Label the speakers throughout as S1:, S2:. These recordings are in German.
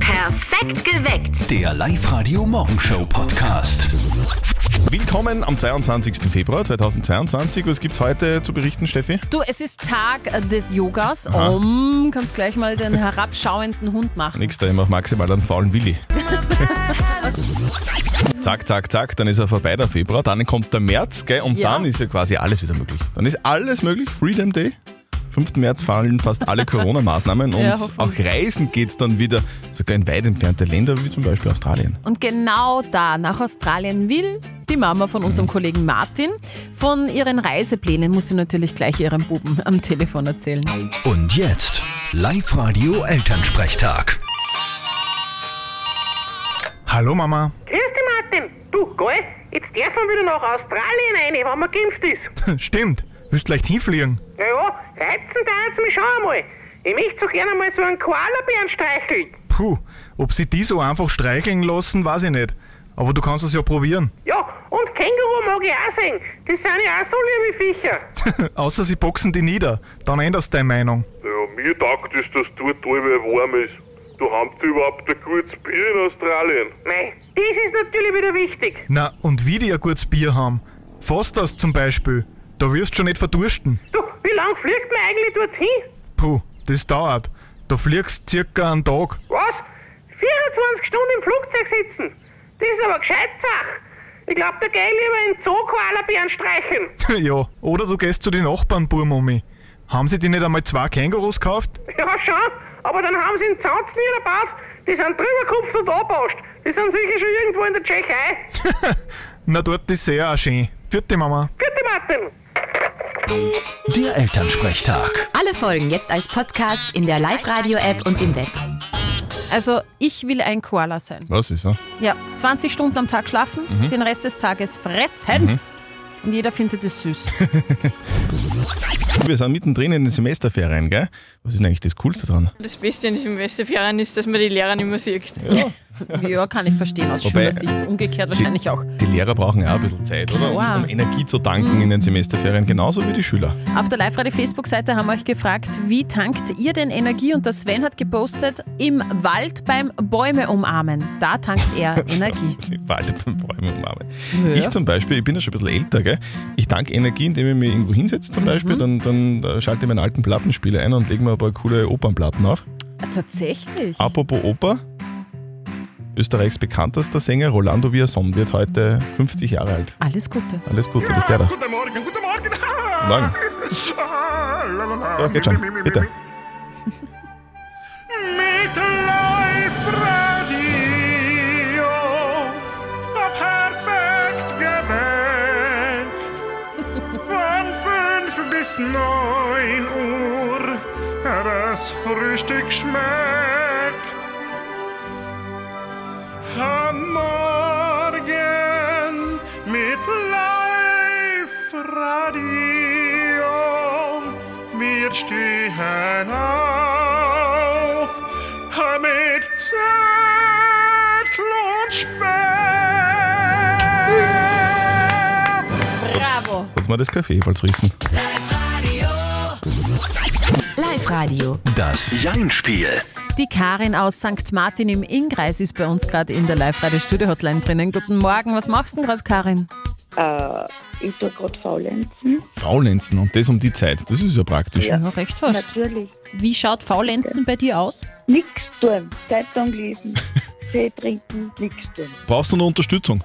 S1: Perfekt geweckt.
S2: Der Live-Radio Morgenshow Podcast.
S3: Willkommen am 22. Februar 2022. Was gibt's heute zu berichten, Steffi?
S4: Du, es ist Tag des Yogas. Um, kannst gleich mal den herabschauenden Hund machen.
S3: Nix da, ich mach maximal einen faulen Willi. zack, zack, zack, dann ist er vorbei, der Februar. Dann kommt der März, gell? Und
S4: Ja.
S3: dann ist ja quasi alles wieder möglich. Dann ist alles möglich. Freedom Day. 5. März fallen fast alle Corona-Maßnahmen und
S4: Ja,
S3: auch
S4: hoffentlich.
S3: Reisen geht's dann wieder, sogar in weit entfernte Länder wie zum Beispiel Australien.
S4: Und genau da, nach Australien, will die Mama von
S3: Mhm.
S4: unserem Kollegen Martin von ihren Reiseplänen, muss sie natürlich gleich ihrem Buben am Telefon erzählen.
S2: Und jetzt Live-Radio Elternsprechtag.
S3: Hallo Mama.
S5: Grüß dich, Martin. Du, gell? Jetzt darf man wieder nach Australien rein, wenn man geimpft ist.
S3: Stimmt, wirst gleich hinfliegen.
S5: Naja, reizen da jetzt mich schon einmal. Ich möchte so gerne mal so einen Koalabären streicheln.
S6: Puh, ob sie die so einfach streicheln lassen, weiß ich nicht. Aber du kannst es ja probieren.
S5: Ja, und Känguru mag ich auch sehen. Das sind ja auch so liebe Viecher.
S6: Außer sie boxen die nieder, dann änderst deine Meinung.
S7: Ja, mir taugt es, dass dort allweil warm ist. Da haben die überhaupt ein gutes Bier in Australien.
S5: Mei, das ist natürlich wieder wichtig.
S6: Na, und wie die ein gutes Bier haben. Fast das zum Beispiel. Da wirst schon nicht verdursten.
S5: Du, wie lang fliegt man eigentlich dorthin?
S6: Puh, das dauert. Da fliegst circa einen Tag.
S5: Was? 24 Stunden im Flugzeug sitzen? Das ist aber gescheit Sache. Ich glaub, da geh ich lieber in den Zoo Koalabären streicheln.
S6: ja, oder du gehst zu den Nachbarn, Burmumi. Haben sie dir nicht einmal zwei Kängurus gekauft?
S5: Ja, schon, aber dann haben sie einen Zaun niedergebaut, die sind drüber gekupft und angebauscht. Die sind sicher schon irgendwo in der Tschechei.
S6: Na, dort ist sehr auch schön. Vierte Mama.
S5: Bitte, Martin.
S2: Der Elternsprechtag.
S8: Alle Folgen jetzt als Podcast in der Live-Radio-App und im Web.
S4: Also, ich will ein Koala sein.
S3: Was, wieso?
S4: Ja, 20 Stunden am Tag schlafen,
S3: Mhm.
S4: den Rest des Tages fressen. Und jeder findet es süß.
S3: Wir sind mittendrin in den Semesterferien, gell? Was ist denn eigentlich das Coolste dran?
S9: Das Beste in Semesterferien ist, dass man die Lehrer nicht mehr sieht.
S4: ja, kann ich verstehen, aus
S3: Wobei-
S4: Schülersicht. Umgekehrt wahrscheinlich auch.
S3: Die Lehrer brauchen ja auch ein bisschen Zeit, oder? Um, um Energie zu tanken in den Semesterferien, genauso wie die Schüler.
S4: Auf der Live-Radio-Facebook-Seite haben wir euch gefragt, wie tankt ihr denn Energie? Und der Sven hat gepostet, im Wald beim Bäume umarmen. Da tankt er Energie.
S3: Im Wald beim Bäumen umarmen.
S4: Ja.
S3: Ich zum Beispiel, ich bin ja schon ein bisschen älter, gell? Ich tanke Energie, indem ich mich irgendwo hinsetze zum Beispiel,
S4: Mhm.
S3: dann, dann äh, schalte ich meinen alten Plattenspieler ein und lege mir ein paar coole Opernplatten auf.
S4: Tatsächlich?
S3: Apropos Oper, Österreichs bekanntester Sänger Rolando Vierson wird heute 50 Jahre alt.
S4: Alles Gute.
S3: Alles Gute, bis der da.
S5: Guten Morgen, guten Morgen. Ah,
S3: Morgen. So, geht schon. Bitte.
S5: Mit Live Radio. Perfekt geweckt. Von 5 bis 9 Uhr. Das Frühstück schmeckt. Am Morgen mit Live-Radio. Wir stehen auf mit Zettel und Speer.
S4: Bravo.
S3: Lass mal das Kaffee falls rissen.
S8: Live-Radio.
S2: Das Jein-Spiel.
S4: Die Karin aus St. Martin im Innkreis ist bei uns gerade in der Live-Radio-Studio-Hotline drinnen. Guten Morgen, was machst du denn gerade, Karin?
S10: Ich tue gerade Faulenzen.
S3: Faulenzen und das um die Zeit. Das ist ja praktisch.
S4: Ja, recht hast.
S10: Natürlich.
S4: Wie schaut Faulenzen bei dir aus?
S10: Nichts tun. Zeitung lesen, Tee trinken, nichts tun.
S3: Brauchst du noch Unterstützung?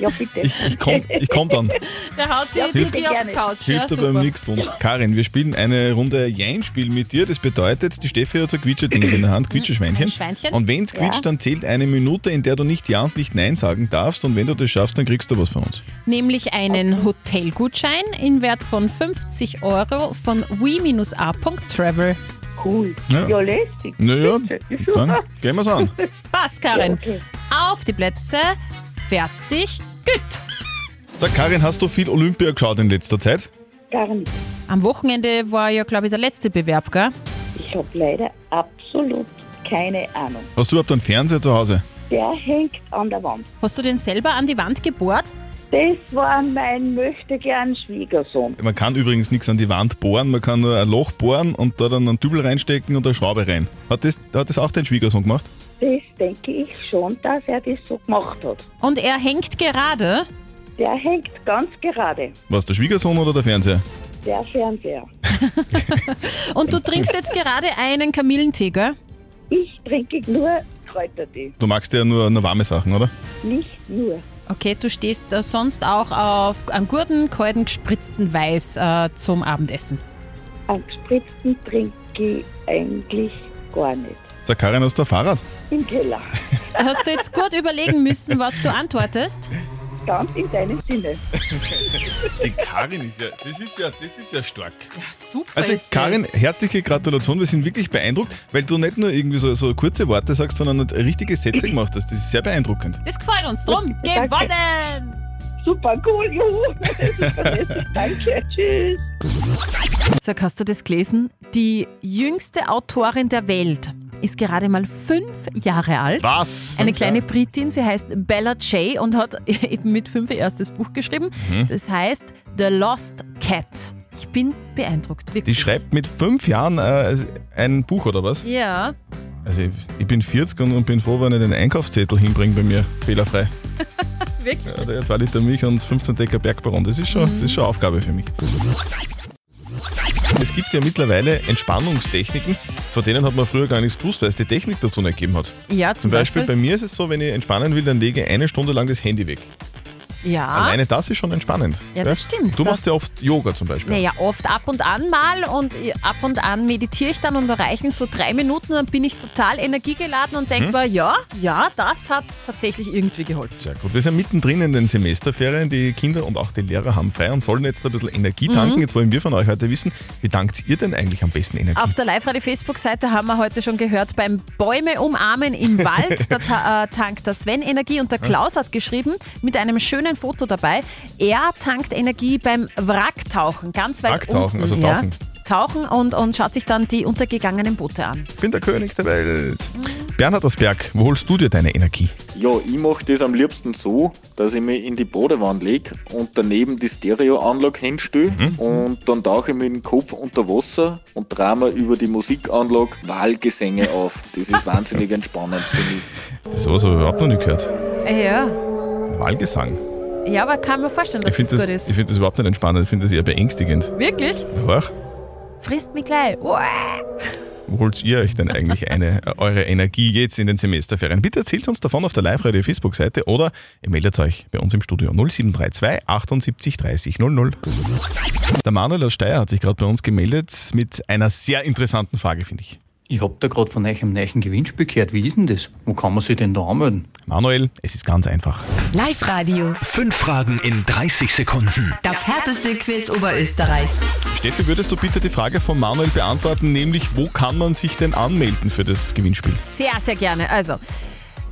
S10: Ja, bitte.
S3: Ich, ich komme ich komm dann.
S4: Der haut sich
S3: Hilft-
S10: dir auf die
S4: Couch.
S3: Hilft dir beim nichts tun. Karin, wir spielen eine Runde Jein-Spiel mit dir. Das bedeutet, die Steffi hat so ein Quitscherdings in der Hand, Quitscheschweinchen.
S4: Hm, Ein Schweinchen?
S3: Und wenn es quietscht, dann zählt eine Minute, in der du nicht Ja und nicht Nein sagen darfst. Und wenn du das schaffst, dann kriegst du was von uns.
S4: nämlich einen Hotelgutschein in Wert von 50 Euro von we-a.travel.
S10: Cool.
S3: Ja.
S10: Ja, lästig.
S3: Naja,
S10: Bitte.
S3: dann gehen wir's an.
S4: Passt, Karin.
S10: Okay.
S4: Auf die Plätze, fertig, gut.
S3: Sag, Karin, hast du viel Olympia geschaut in letzter Zeit?
S10: Gar nicht.
S4: Am Wochenende war ja, glaube ich, der letzte Bewerb, gell?
S10: Ich habe leider absolut keine Ahnung.
S3: Hast du überhaupt einen Fernseher zu Hause?
S10: Der hängt an der Wand.
S4: Hast du den selber an die Wand gebohrt?
S10: Das war mein möchtegern Schwiegersohn.
S3: Man kann übrigens nichts an die Wand bohren, man kann nur ein Loch bohren und da dann einen Dübel reinstecken und eine Schraube rein. Hat das, hat das auch dein Schwiegersohn gemacht?
S10: Das denke ich schon, dass er das so gemacht hat.
S4: Und er hängt gerade.
S10: Der hängt ganz gerade,
S3: Was, der Schwiegersohn oder der Fernseher?
S10: der Fernseher.
S4: Und du trinkst jetzt gerade einen Kamillentee, gell?
S10: Ich trinke nur Kräutertee,
S3: Du magst ja nur, nur warme Sachen, oder?
S10: nicht nur.
S4: Okay, du stehst äh, sonst auch auf einen guten, kalten, gespritzten Weiß äh, zum Abendessen.
S10: Am gespritzten trinke ich eigentlich gar nicht.
S3: Sag Karin, hast du ein Fahrrad?
S10: Im Keller,
S4: Hast du jetzt gut überlegen müssen, was du antwortest?
S10: ganz in deinem Sinne.
S3: Die Karin ist ja, das ist ja, das ist ja stark.
S4: Super
S3: Also Karin, herzliche Gratulation, wir sind wirklich beeindruckt, weil du nicht nur irgendwie so, so kurze Worte sagst, sondern halt richtige Sätze gemacht hast. Das ist sehr beeindruckend.
S4: Das gefällt uns drum. Gewonnen!
S10: Super cool, juhu. Das ist vernünftig. Danke, tschüss.
S4: Sag, hast du das gelesen? Die jüngste Autorin der Welt ist gerade mal fünf Jahre alt.
S3: Was?
S4: Eine kleine Britin, sie heißt Bella J und hat eben mit fünf ihr erstes Buch geschrieben.
S3: Mhm.
S4: Das heißt The Lost Cat. Ich bin beeindruckt.
S3: Die
S4: Wirklich.
S3: schreibt mit fünf Jahren äh, ein Buch oder was?
S4: Ja,
S3: Also ich, ich bin 40 und, und bin froh, wenn ich den Einkaufszettel hinbringe bei mir, fehlerfrei.
S4: wirklich.
S3: Ja, der 2 Liter Milch und 15 Decker Bergbaron, das ist schon, das ist schon eine Aufgabe für mich. Es gibt ja mittlerweile Entspannungstechniken, von denen hat man früher gar nichts gewusst, weil es die Technik dazu nicht gegeben hat.
S4: Ja,
S3: Zum
S4: zum,
S3: Beispiel bei mir ist es so, wenn ich entspannen will, dann lege ich eine Stunde lang das Handy weg.
S4: Ja.
S3: Alleine das ist schon entspannend.
S4: Ah? Ja, das stimmt.
S3: Du
S4: Das-
S3: machst ja oft Yoga zum Beispiel.
S4: Naja, oft ab und an mal und i- ab und an meditiere ich dann und erreichen so drei Minuten, dann bin ich total energiegeladen und
S3: Mhm.
S4: denke mir, ja, ja, das hat tatsächlich irgendwie geholfen.
S3: Sehr gut. Wir sind mittendrin in den Semesterferien. Die Kinder und auch die Lehrer haben frei und sollen jetzt ein bisschen Energie
S4: Mhm.
S3: tanken. Jetzt wollen wir von euch heute wissen, wie tankt ihr denn eigentlich am besten Energie?
S4: Auf der Live-Radio-Facebook-Seite haben wir heute schon gehört, beim Bäume umarmen im Wald, da ta äh, tankt der Sven Energie und der Klaus hat geschrieben, mit einem schönen Foto dabei, er tankt Energie beim Wracktauchen, ganz weit
S3: Wracktauchen,
S4: unten.
S3: also tauchen.
S4: Ja, tauchen und, und schaut sich dann die untergegangenen Boote an.
S3: Ich bin der König der Welt. Bernhard Asberg, wo holst du dir deine Energie?
S1: Ja, ich mache das am liebsten so, dass ich mich in die Badewanne lege und daneben die Stereoanlage hinstelle und dann tauche ich mit dem Kopf unter Wasser und drehe mir über die Musikanlage Wahlgesänge auf. Das ist wahnsinnig entspannend für mich.
S3: Das habe ich überhaupt noch nicht gehört.
S4: Ja,
S3: Wahlgesang.
S4: ja aber kann man vorstellen,
S3: Ich
S4: dass das
S3: finde
S4: gut
S3: das,
S4: ist.
S3: ich find das überhaupt nicht entspannend, ich finde das eher beängstigend.
S4: Wirklich?
S3: Horch,
S4: Frisst mich gleich. Uah.
S3: wo holt ihr euch denn eigentlich eine, äh, eure Energie jetzt in den Semesterferien? Bitte erzählt uns davon auf der Live-Radio-Facebook-Seite oder ihr meldet euch bei uns im Studio 0732 78 30 00. Der Manuel aus Steyr hat sich gerade bei uns gemeldet mit einer sehr interessanten Frage, finde ich.
S1: Ich hab da gerade von euch im neuen Gewinnspiel gehört. Wie ist denn das? Wo kann man sich denn da anmelden?
S3: Manuel, es ist ganz einfach.
S8: Live-Radio.
S2: Fünf Fragen in 30 Sekunden.
S8: Das härteste Quiz Oberösterreichs.
S3: Steffi, würdest du bitte die Frage von Manuel beantworten, nämlich wo kann man sich denn anmelden für das Gewinnspiel?
S4: Sehr, sehr gerne. Also,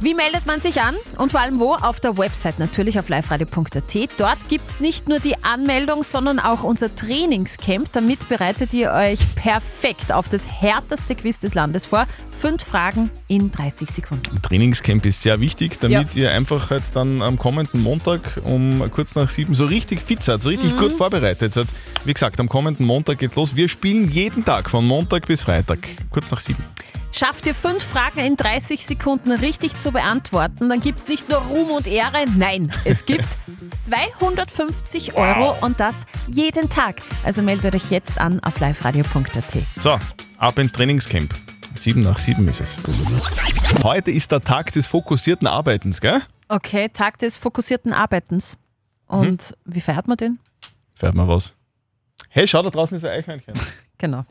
S4: wie meldet man sich an und vor allem wo? Auf der Website, natürlich auf liveradio.at. Dort gibt es nicht nur die Anmeldung, sondern auch unser Trainingscamp. Damit bereitet ihr euch perfekt auf das härteste Quiz des Landes vor. Fünf Fragen in 30 Sekunden.
S3: Trainingscamp ist sehr wichtig, damit ihr einfach halt dann am kommenden Montag um kurz nach sieben so richtig fit seid, so richtig gut vorbereitet seid. Wie gesagt, am kommenden Montag geht's los. Wir spielen jeden Tag von Montag bis Freitag, kurz nach sieben.
S4: Schafft ihr fünf Fragen in 30 Sekunden richtig zu beantworten, dann gibt es nicht nur Ruhm und Ehre, nein, es gibt 250 Euro und das jeden Tag. Also meldet euch jetzt an auf liveradio.at.
S3: So, ab ins Trainingscamp. Sieben nach sieben ist es. Heute ist der Tag des fokussierten Arbeitens, gell?
S4: Okay, Tag des fokussierten Arbeitens. Und wie feiert man den?
S3: Fährt mal was. Hey, schau, da draußen ist ein Eichhörnchen.
S4: Genau.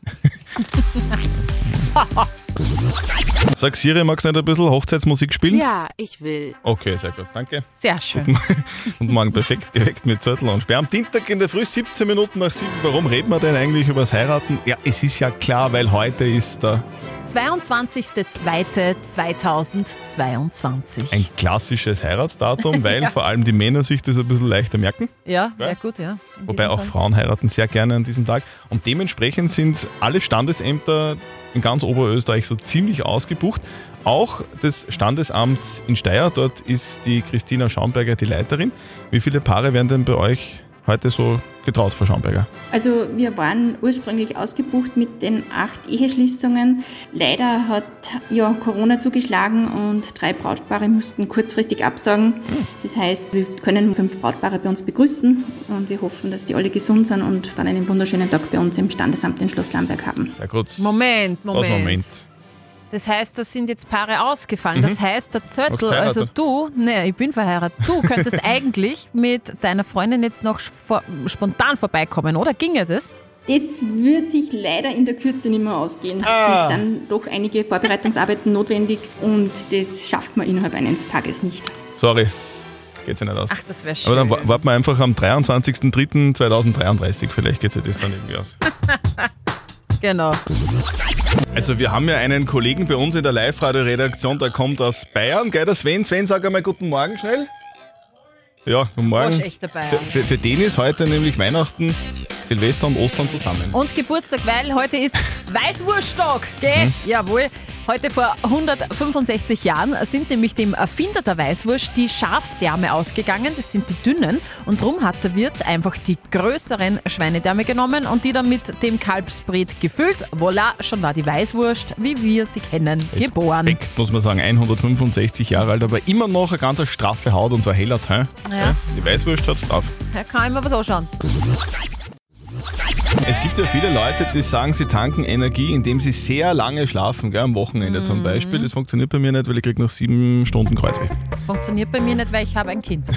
S3: Sag Siri, magst du nicht ein bisschen Hochzeitsmusik spielen?
S8: Ja, ich will.
S3: Okay, sehr gut, danke.
S4: Sehr schön.
S3: und morgen perfekt geweckt mit Zettel und Sperr. Am Dienstag in der Früh, 17 Minuten nach 7. Warum reden wir denn eigentlich über das Heiraten? Ja, es ist ja klar, weil heute ist da
S4: 22.02.2022.
S3: ein klassisches Heiratsdatum, weil vor allem die Männer sich das ein bisschen leichter merken.
S4: Ja,
S3: Ja.
S4: ja, gut, ja. In
S3: Wobei
S4: diesem
S3: auch
S4: Fall.
S3: Frauen heiraten sehr gerne an diesem Tag. Und dementsprechend sind alle Standesämter in ganz Oberösterreich so ziemlich ausgebucht. Auch das Standesamt in Steyr, dort ist die Christina Schaumberger die Leiterin. Wie viele Paare werden denn bei euch heute so getraut, Frau Schaumberger?
S10: Also wir waren ursprünglich ausgebucht mit den acht Eheschließungen. Leider hat ja Corona zugeschlagen und drei Brautpaare mussten kurzfristig absagen. Das heißt, wir können fünf Brautpaare bei uns begrüßen und wir hoffen, dass die alle gesund sind und dann einen wunderschönen Tag bei uns im Standesamt in Schloss Lamberg haben.
S3: Sehr gut.
S4: Moment,
S3: Was
S4: Moment.
S3: Moment.
S4: Das heißt, da sind jetzt Paare ausgefallen. Das heißt, der
S3: Magst du
S4: Zörtel,
S3: heiraten?
S4: also du, ne, ich bin verheiratet, du könntest eigentlich mit deiner Freundin jetzt noch sch- vor, spontan vorbeikommen, oder? Ginge das?
S10: Das wird sich leider in der Kürze nicht mehr ausgehen. Es sind doch einige Vorbereitungsarbeiten notwendig und das schafft man innerhalb eines Tages nicht.
S3: Sorry. Geht's ja nicht aus.
S4: Ach, das wäre schön.
S3: Aber dann wa- warten wir einfach am 23.03.2033. Vielleicht geht sich das dann irgendwie aus.
S4: genau.
S3: Also, wir haben ja einen Kollegen bei uns in der Live-Radio-Redaktion, der kommt aus Bayern. Gell, der Sven. Sven, sag einmal guten Morgen schnell. Ja, guten Morgen.
S4: Arsch, echter Bayern.
S3: Für, für, für den ist heute nämlich Weihnachten, Silvester und Ostern zusammen.
S4: Und Geburtstag, weil heute ist Weißwursttag, gell? Jawohl. Heute vor 165 Jahren sind nämlich dem Erfinder der Weißwurst die Schafsdärme ausgegangen. Das sind die dünnen. Und drum hat der Wirt einfach die größeren Schweinedärme genommen und die dann mit dem Kalbsbret gefüllt. Voila, schon war die Weißwurst, wie wir sie kennen, geboren.
S3: Respekt, muss man sagen, 165 Jahre alt, aber immer noch eine ganz straffe Haut und so ein heller Teint.
S4: Ja.
S3: Die Weißwurst hat's drauf.
S4: Da kann ich mir was anschauen.
S3: Es gibt ja viele Leute, die sagen, sie tanken Energie, indem sie sehr lange schlafen, gell? am Wochenende zum Beispiel. Das funktioniert bei mir nicht, weil ich kriege noch sieben Stunden Kreuzweh.
S4: Das funktioniert bei mir nicht, weil ich habe ein Kind.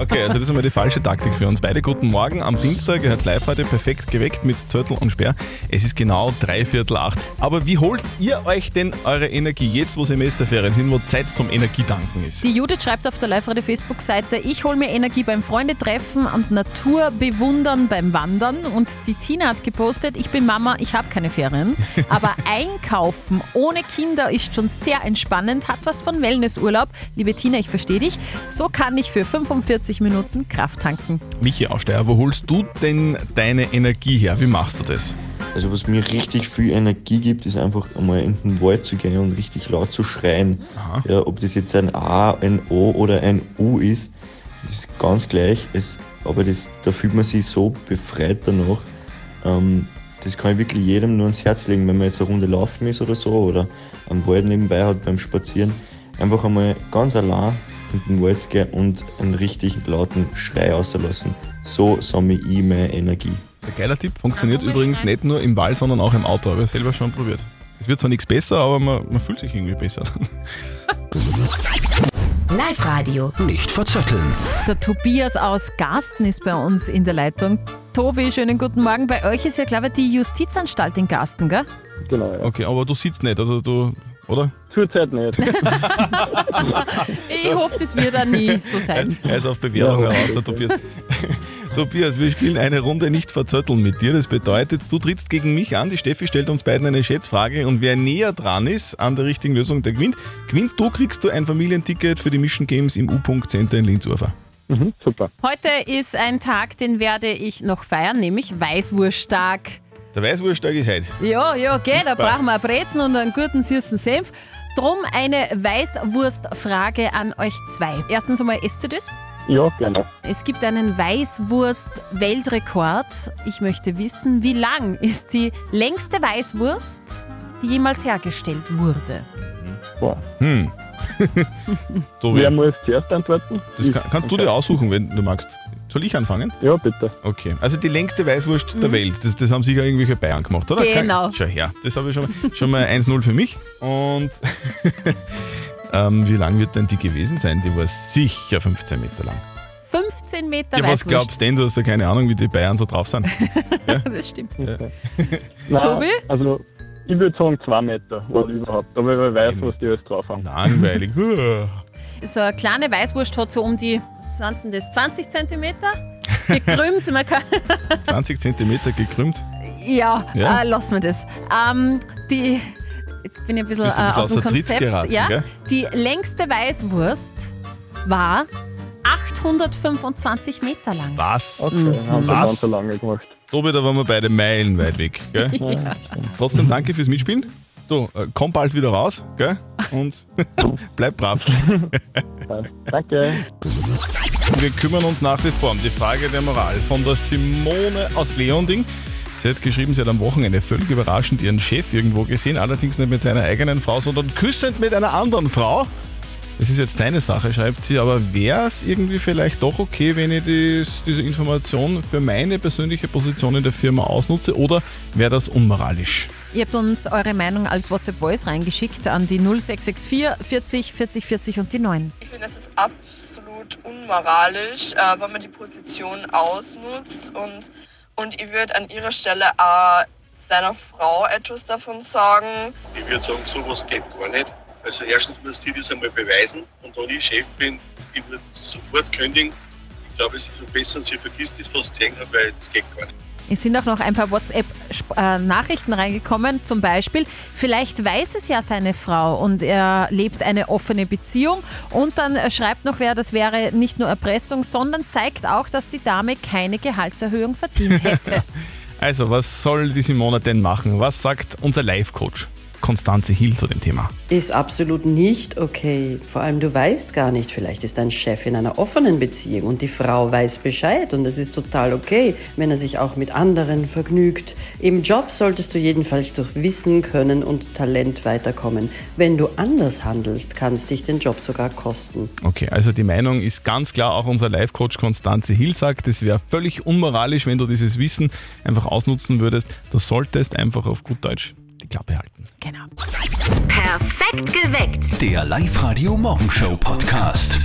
S3: Okay, also das ist einmal die falsche Taktik für uns. Beide guten Morgen. Am Dienstag gehört live heute perfekt geweckt mit Zörtel und Sperr. Es ist genau drei Viertel acht. Aber wie holt ihr euch denn eure Energie jetzt, wo Semesterferien sind, wo Zeit zum Energietanken ist?
S4: Die Judith schreibt auf der live Facebook-Seite, ich hole mir Energie beim Freundetreffen und Natur bewundern beim Wandern. Und die Tina hat gepostet, ich bin Mama, ich habe keine Ferien. Aber einkaufen ohne Kinder ist schon sehr entspannend, hat was von Wellnessurlaub. Liebe Tina, ich verstehe dich. So kann ich für 45 Minuten Kraft tanken.
S3: Michi Aussteier, wo holst du denn deine Energie her? Wie machst du das?
S5: Also was mir richtig viel Energie gibt, ist einfach einmal in den Wald zu gehen und richtig laut zu schreien. Ja, ob das jetzt ein A, ein O oder ein U ist, ist ganz gleich. Es, aber das, da fühlt man sich so befreit danach. Ähm, das kann ich wirklich jedem nur ans Herz legen, wenn man jetzt eine Runde laufen ist oder so oder einen Wald nebenbei hat beim Spazieren. Einfach einmal ganz allein in den Wald zu gehen und einen richtig lauten Schrei auszulassen. So sammle ich meine Energie.
S3: Ein geiler Tipp, funktioniert
S4: Kann man
S3: übrigens
S4: schneiden.
S3: nicht nur im Wald, sondern auch im Auto. Habe ich selber schon probiert. Es wird zwar nichts besser, aber man, man fühlt sich irgendwie besser.
S8: Live-Radio.
S2: Nicht verzetteln.
S4: Der Tobias aus Garsten ist bei uns in der Leitung. Tobi, schönen guten Morgen. Bei euch ist ja, glaube ich, die Justizanstalt in Garsten, gell?
S5: Genau, ja.
S3: Okay, aber du sitzt nicht, also du, oder?
S5: Zurzeit nicht.
S4: Ich hoffe, das wird auch nie so sein.
S3: Er ist auf Bewährung
S5: Ja,
S3: heraus, der Tobias. Tobias, wir spielen eine Runde nicht verzötteln mit dir. Das bedeutet, du trittst gegen mich an, die Steffi stellt uns beiden eine Schätzfrage und wer näher dran ist an der richtigen Lösung, der gewinnt. Gewinnst du, kriegst du ein Familienticket für die Mission Games im U-Punkt Center in Linzurfer.
S5: Super.
S4: Heute ist ein Tag, den werde ich noch feiern, nämlich Weißwursttag.
S3: Der Weißwursttag ist heute.
S4: Ja, ja, gell, da
S3: Super.
S4: brauchen wir eine Brezen und einen guten süßen Senf. Drum eine Weißwurstfrage an euch zwei. Erstens einmal, esst ihr das?
S5: Ja, genau. gerne.
S4: Es gibt einen Weißwurst-Weltrekord. Ich möchte wissen, wie lang ist die längste Weißwurst, die jemals hergestellt wurde?
S3: Hm. Tobi,
S5: Wer muss zuerst antworten?
S3: das kann, kannst du dir aussuchen, wenn du magst. Soll ich anfangen?
S5: Ja, bitte. Mhm.
S3: Okay. Also die längste Weißwurst der Welt. Das, das haben sicher irgendwelche Bayern gemacht, oder?
S4: Genau.
S3: Kein- Schau her. Das habe ich schon mal, schon mal 1-0 für mich. Und ähm, wie lang wird denn die gewesen sein? Die war sicher 15 Meter lang.
S4: 15 Meter
S3: Ja, was
S4: Weißwurst.
S3: glaubst denn? Du hast ja keine Ahnung, wie die Bayern so drauf sind.
S4: Das stimmt.
S5: Nein,
S4: Tobi?
S5: Also, ich würde sagen zwei Meter oder überhaupt. Aber ich weiß,
S3: Ein-
S5: was die alles drauf haben.
S3: Langweilig.
S4: So eine kleine Weißwurst hat so um die, was sind denn das, 20 Zentimeter? Gekrümmt, man kann,
S3: 20 Zentimeter gekrümmt.
S4: ja,
S3: Ja.
S4: Äh, lassen wir das. Ähm, die, jetzt bin ich ein bisschen,
S3: Bist du ein
S4: äh, aus
S3: bisschen außer
S4: dem
S3: Tritt
S4: Konzept.
S3: geraten,
S4: ja,
S3: gell?
S4: Die längste Weißwurst war 825 Meter lang.
S3: Was?
S5: Haben
S3: Was?
S5: sie ganz so lange gemacht.
S3: Tobi, da waren wir beide meilenweit weg. Gell? Trotzdem danke fürs Mitspielen. Du, äh, komm bald wieder raus, gell? Und bleib brav.
S5: Danke.
S3: Wir kümmern uns nach wie vor um die Frage der Moral von der Simone aus Leonding. Sie hat geschrieben, sie hat am Wochenende völlig überraschend ihren Chef irgendwo gesehen, allerdings nicht mit seiner eigenen Frau, sondern küssend mit einer anderen Frau. Das ist jetzt seine Sache, schreibt sie, aber wäre es irgendwie vielleicht doch okay, wenn ich dies, diese Information für meine persönliche Position in der Firma ausnutze oder wäre das unmoralisch?
S4: Ihr habt uns eure Meinung als WhatsApp-Voice reingeschickt an die 0664 40 40 40 und die 9.
S11: Ich finde, das ist absolut unmoralisch, äh, wenn man die Position ausnutzt und, und ich würde an ihrer Stelle äh, auch seiner Frau etwas davon sagen.
S12: Ich würde sagen, sowas geht gar nicht. Also erstens muss ich das einmal beweisen und wenn ich Chef bin, ich würde sofort kündigen. Ich glaube, es ist am besten, sie vergisst das, was sie gesehen hat, weil das geht gar nicht.
S4: Es sind auch noch ein paar WhatsApp-Nachrichten reingekommen, zum Beispiel. Vielleicht weiß es ja seine Frau und er lebt eine offene Beziehung. Und dann äh, schreibt noch wer, das wäre nicht nur Erpressung, sondern zeigt auch, dass die Dame keine Gehaltserhöhung verdient hätte.
S3: Also, was soll die Simone denn machen? Was sagt unser Live-Coach Konstanze Hill zu dem Thema?
S13: Ist absolut nicht okay. Vor allem, du weißt gar nicht, vielleicht ist dein Chef in einer offenen Beziehung und die Frau weiß Bescheid und es ist total okay, wenn er sich auch mit anderen vergnügt. Im Job solltest du jedenfalls durch Wissen, Können und Talent weiterkommen. Wenn du anders handelst, kann es dich den Job sogar kosten.
S3: Okay, also die Meinung ist ganz klar, auch unser Live-Coach Konstanze Hill sagt, es wäre völlig unmoralisch, wenn du dieses Wissen einfach ausnutzen würdest. Du solltest einfach auf gut Deutsch die Klappe halten.
S4: Genau.
S8: Perfekt geweckt.
S2: Der Live-Radio Morgenshow Podcast.